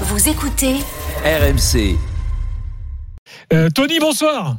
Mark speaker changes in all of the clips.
Speaker 1: Vous écoutez
Speaker 2: RMC.
Speaker 3: Euh, Tony, bonsoir.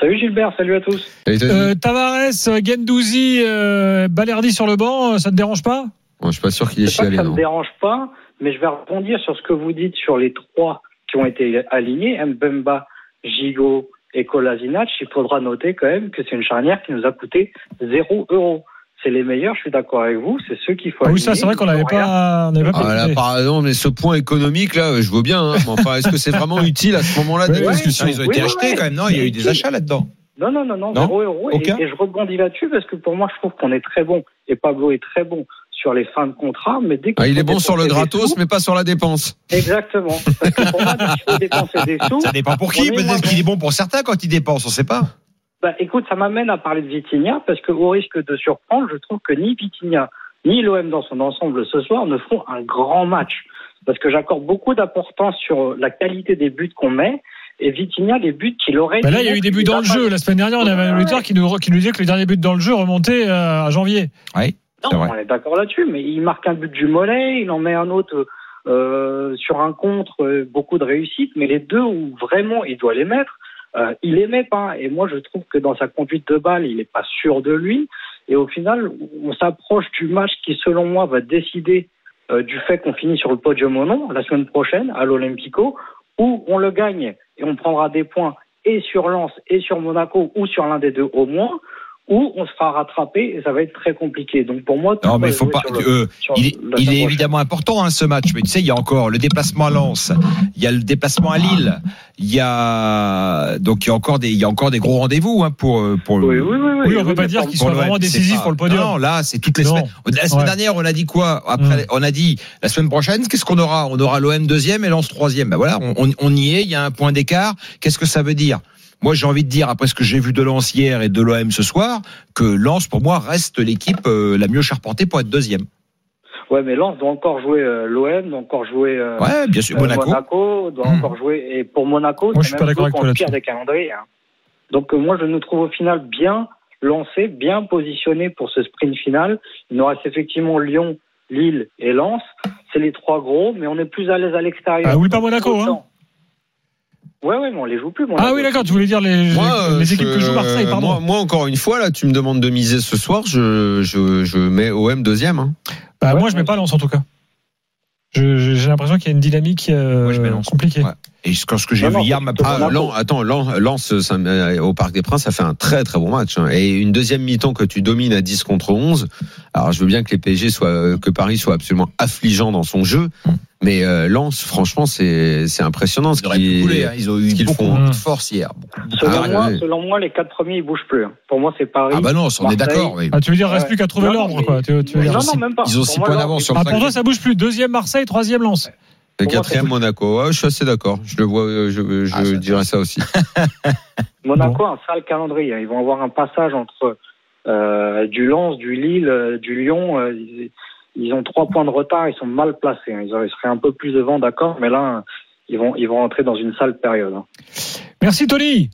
Speaker 4: Salut Gilbert, salut à tous.
Speaker 3: Euh, Tavares, Gendouzi, euh, Balerdi sur le banc, euh, ça te dérange pas
Speaker 5: Bon, je suis pas sûr qu'il ait
Speaker 4: C'est pas que
Speaker 5: chialé.
Speaker 4: ça me
Speaker 5: Non.
Speaker 4: dérange pas, mais je vais rebondir sur ce que vous dites sur les trois qui ont été alignés, Mbemba, Gigot et Kolasinac. Il faudra noter quand même que c'est une charnière qui nous a coûté 0 euros. C'est les meilleurs, je suis d'accord avec vous, c'est ceux qu'il faut
Speaker 3: Ah Oui,
Speaker 4: aligner,
Speaker 3: ça, c'est vrai qu'on
Speaker 4: ils
Speaker 3: n'avait
Speaker 4: font rien.
Speaker 3: pas. on n'avait pas
Speaker 5: Ah là,
Speaker 3: précisé.
Speaker 5: par exemple, mais ce point économique là, je veux bien. hein, mais enfin, est-ce que c'est vraiment utile à ce moment-là de
Speaker 3: Ouais,
Speaker 5: la
Speaker 3: ouais,
Speaker 5: discussion
Speaker 6: ils ont été
Speaker 4: Oui,
Speaker 6: achetés
Speaker 4: oui,
Speaker 6: quand même, non Il y a eu des achats là-dedans.
Speaker 4: Non, non, non, non,
Speaker 6: Non,
Speaker 4: 0 euros. Et,
Speaker 6: aucun
Speaker 4: et je rebondis là-dessus parce que pour moi, je trouve qu'on est très bon, et Pablo est très bon sur les fins de contrat, mais dès qu'on
Speaker 5: Ah, Il
Speaker 4: faut
Speaker 5: est bon sur le
Speaker 4: dépenser des
Speaker 5: gratos,
Speaker 4: sous-
Speaker 5: mais pas sur la dépense.
Speaker 4: Exactement. Parce que pour moi, dès qu'il faut dépenser des sous,
Speaker 6: Ça dépend pour
Speaker 4: On
Speaker 6: qui.
Speaker 4: est moins
Speaker 6: Peut-être qu'il
Speaker 4: bon.
Speaker 6: est bon pour certains quand il dépense, on ne sait pas.
Speaker 4: Bah, écoute, ça m'amène à parler de Vitinha parce que au risque de surprendre, je trouve que ni Vitinha ni l'OM dans son ensemble ce soir ne feront un grand match parce que j'accorde beaucoup d'importance sur la qualité des buts qu'on met et Vitinha les buts qu'il aurait.
Speaker 3: Bah là,
Speaker 4: dû
Speaker 3: il y a eu
Speaker 4: mettre,
Speaker 3: des buts
Speaker 4: il
Speaker 3: dans
Speaker 4: a
Speaker 3: le
Speaker 4: pas
Speaker 3: jeu. La semaine dernière, on avait un
Speaker 4: Ouais.
Speaker 3: auditeur qui nous, qui nous disait que le dernier but dans le jeu remontait euh, à janvier.
Speaker 6: C'est
Speaker 4: Non,
Speaker 6: vrai.
Speaker 4: on est d'accord là-dessus, mais il marque un but du mollet, il en met un autre euh, sur un contre, euh, beaucoup de réussite, mais les deux où vraiment il doit les mettre, euh, il les met pas. Et moi, je trouve que dans sa conduite de balle, il n'est pas sûr de lui. Et au final, on s'approche du match qui, selon moi, va décider euh, du fait qu'on finit sur le podium ou non, la semaine prochaine, à l'Olympico, où on le gagne et on prendra des points et sur Lens et sur Monaco ou sur l'un des deux au moins, ou on se fera rattraper et ça va être très compliqué. Donc pour moi, tout
Speaker 6: Non,
Speaker 4: va
Speaker 6: mais il faut
Speaker 4: jouer
Speaker 6: pas.
Speaker 4: Ah, sur le-
Speaker 6: euh,
Speaker 4: sur
Speaker 6: il
Speaker 4: la
Speaker 6: est, il
Speaker 4: semaine
Speaker 6: est
Speaker 4: prochaine.
Speaker 6: évidemment important hein, ce match, mais tu sais, il y a encore le déplacement à Lens, il y a le déplacement à Lille, il y a donc il y a encore des, il y a encore des gros rendez-vous hein, pour euh, pour.
Speaker 4: Oui, oui, oui, oui.
Speaker 3: Oui, on ne peut
Speaker 4: Oui,
Speaker 3: pas
Speaker 4: mais
Speaker 3: dire
Speaker 4: pour-
Speaker 3: qu'il
Speaker 6: pour
Speaker 3: soit
Speaker 6: l'OM,
Speaker 3: vraiment
Speaker 6: c'est
Speaker 3: décisif
Speaker 6: pas-
Speaker 3: pour le podium.
Speaker 6: Non, là, c'est toutes les
Speaker 3: Non.
Speaker 6: semaines. La semaine
Speaker 3: Ouais.
Speaker 6: dernière, on a dit quoi Après,
Speaker 3: Mm.
Speaker 6: on a dit la semaine prochaine, qu'est-ce qu'on aura On aura l'OM deuxième et Lens troisième. Ben voilà, on, on- on y est. Il y a un point d'écart. Qu'est-ce que ça veut dire Moi, j'ai envie de dire après ce que j'ai vu de Lens hier et de l'OM ce soir, que Lens pour moi reste l'équipe euh, la mieux charpentée pour être deuxième.
Speaker 4: Ouais, mais Lens doit encore jouer euh, l'OM, doit encore jouer euh,
Speaker 6: Ouais, bien sûr.
Speaker 4: euh,
Speaker 6: Monaco.
Speaker 4: doit
Speaker 6: Hmm.
Speaker 4: encore jouer. Et pour Monaco,
Speaker 3: Moi, je suis
Speaker 4: c'est
Speaker 3: pas
Speaker 4: même
Speaker 3: d'accord
Speaker 4: eux
Speaker 3: avec
Speaker 4: qui
Speaker 3: toi
Speaker 4: ont le pire
Speaker 3: là-dessus.
Speaker 4: des calendriers. hein. Donc euh, moi, je nous trouve au final bien lancé, bien positionné pour ce sprint final. Il nous reste effectivement Lyon, Lille et Lens. C'est les trois gros, mais on est plus à l'aise à l'extérieur.
Speaker 3: Ah, oublie pas Monaco, hein.
Speaker 4: Autant. Ouais, ouais, mais on les joue plus. Monaco.
Speaker 3: Ah oui, d'accord, tu voulais dire les,
Speaker 5: Moi,
Speaker 3: les- les
Speaker 5: euh,
Speaker 3: équipes
Speaker 5: je-
Speaker 3: que joue Marseille,
Speaker 5: euh,
Speaker 3: pardon.
Speaker 5: Moi, moi, encore une fois, là, tu me demandes de miser ce soir, je, je, je mets OM deuxième. hein.
Speaker 3: Bah,
Speaker 4: Ouais,
Speaker 3: moi, je mets
Speaker 4: ouais.
Speaker 3: pas Lens en tout cas. Je- je- J'ai l'impression qu'il y a une dynamique euh,
Speaker 6: Moi, je mets Lens.
Speaker 3: compliquée.
Speaker 6: Ouais. Et ce que, ce que j'ai
Speaker 4: Non, non,
Speaker 6: vu hier
Speaker 4: c'est
Speaker 6: m'a
Speaker 4: plutôt
Speaker 6: pas.
Speaker 5: Ah,
Speaker 4: Monaco.
Speaker 5: Lens- attends, Lens, Lens, ça me- au Parc des Princes, ça fait un très très bon match. hein. Et une deuxième mi-temps que tu domines à 10 contre 11. Alors, je veux bien que les PSG soient, que Paris soit absolument affligeant dans son jeu. Mais euh, Lens, franchement, c'est c'est impressionnant. Ce
Speaker 6: Ils auraient
Speaker 5: qui-
Speaker 6: pu couler, hein. Ils ont
Speaker 5: ce
Speaker 6: eu
Speaker 5: qu'ils
Speaker 6: beaucoup
Speaker 3: font.
Speaker 6: de force hier. Beaucoup, beaucoup
Speaker 4: Selon,
Speaker 5: Ah,
Speaker 6: de-
Speaker 4: moi,
Speaker 5: ouais.
Speaker 4: selon moi, les quatre premiers, ils bougent plus. hein. Pour moi, c'est Paris.
Speaker 6: Ah bah non, on est
Speaker 4: Marseille.
Speaker 6: d'accord. oui.
Speaker 3: Ah, tu veux dire, reste
Speaker 4: Ouais.
Speaker 3: plus qu'à trouver
Speaker 4: Non,
Speaker 3: l'ordre,
Speaker 4: mais-
Speaker 3: quoi. Tu, tu veux
Speaker 4: non,
Speaker 3: dire.
Speaker 4: non, même pas.
Speaker 6: Ils ont six
Speaker 4: Pour moi,
Speaker 6: points
Speaker 4: Lens,
Speaker 6: d'avance sur
Speaker 3: Ah,
Speaker 6: le
Speaker 3: pour toi, ça bouge plus. Deuxième Marseille, troisième Lens.
Speaker 5: Le
Speaker 4: Pour moi,
Speaker 5: quatrième
Speaker 4: c'est-
Speaker 5: Monaco. Ouais, je suis assez d'accord. Je le vois. euh, Je, je
Speaker 6: Ah, c'est
Speaker 5: dirais ça aussi.
Speaker 4: Monaco a un sale calendrier. Ils vont avoir un passage entre euh, du Lens, du Lille, euh, du Lyon. Euh, ils, ils ont trois points de retard. Ils sont mal placés. hein. Ils, auraient- ils seraient un peu plus devant, d'accord, mais là, euh, ils vont, ils vont rentrer dans une sale période. hein.
Speaker 3: Merci, Tony.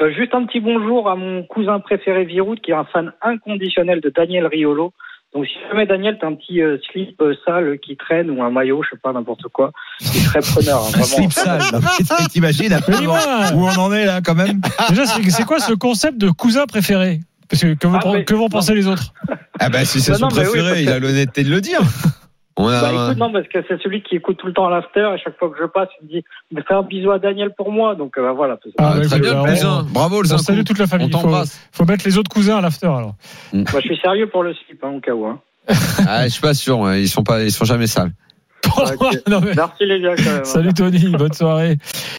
Speaker 4: Euh, juste un petit bonjour à mon cousin préféré Viroud, qui est un fan inconditionnel de Daniel Riolo. Donc si jamais Daniel, t'as un petit euh, slip euh, sale qui traîne ou un maillot, je sais pas n'importe quoi, il serait preneur. hein,
Speaker 6: Un
Speaker 4: vraiment.
Speaker 6: slip sale. Non, mais T'imagines après
Speaker 3: Mais dis-moi.
Speaker 6: où on en est là quand même
Speaker 3: Déjà, c'est c'est quoi ce concept de cousin préféré Parce que que, vont-
Speaker 4: Ah, mais-
Speaker 3: que vont penser les autres
Speaker 5: Ah bah si c'est
Speaker 4: Non,
Speaker 5: son
Speaker 4: non, mais oui,
Speaker 5: préféré,
Speaker 4: parce
Speaker 5: il a l'honnêteté de le dire. On a.
Speaker 4: Bah écoute, non, parce que c'est celui qui écoute tout le temps l'after, et chaque fois que je passe, il me dit Mais fais un bisou à Daniel pour moi. Donc euh, bah, voilà.
Speaker 3: Ah,
Speaker 5: Ah,
Speaker 3: ouais,
Speaker 5: très
Speaker 3: bah,
Speaker 5: bien,
Speaker 3: bah,
Speaker 5: le plus
Speaker 3: on-
Speaker 5: un. Bravo, le
Speaker 3: On
Speaker 5: Zinco.
Speaker 3: salue toute la
Speaker 5: On
Speaker 3: famille. Faut,
Speaker 5: t'embrasse.
Speaker 3: faut mettre les autres cousins à l'after alors.
Speaker 4: Moi, je suis sérieux pour le slip, hein, au cas où. hein.
Speaker 5: Ah, je suis pas sûr. ouais. Ils sont pas, ils sont jamais sales.
Speaker 4: Ok.
Speaker 3: Non, mais-
Speaker 4: Merci les gars, quand même. hein.
Speaker 3: Salut Tony, bonne soirée.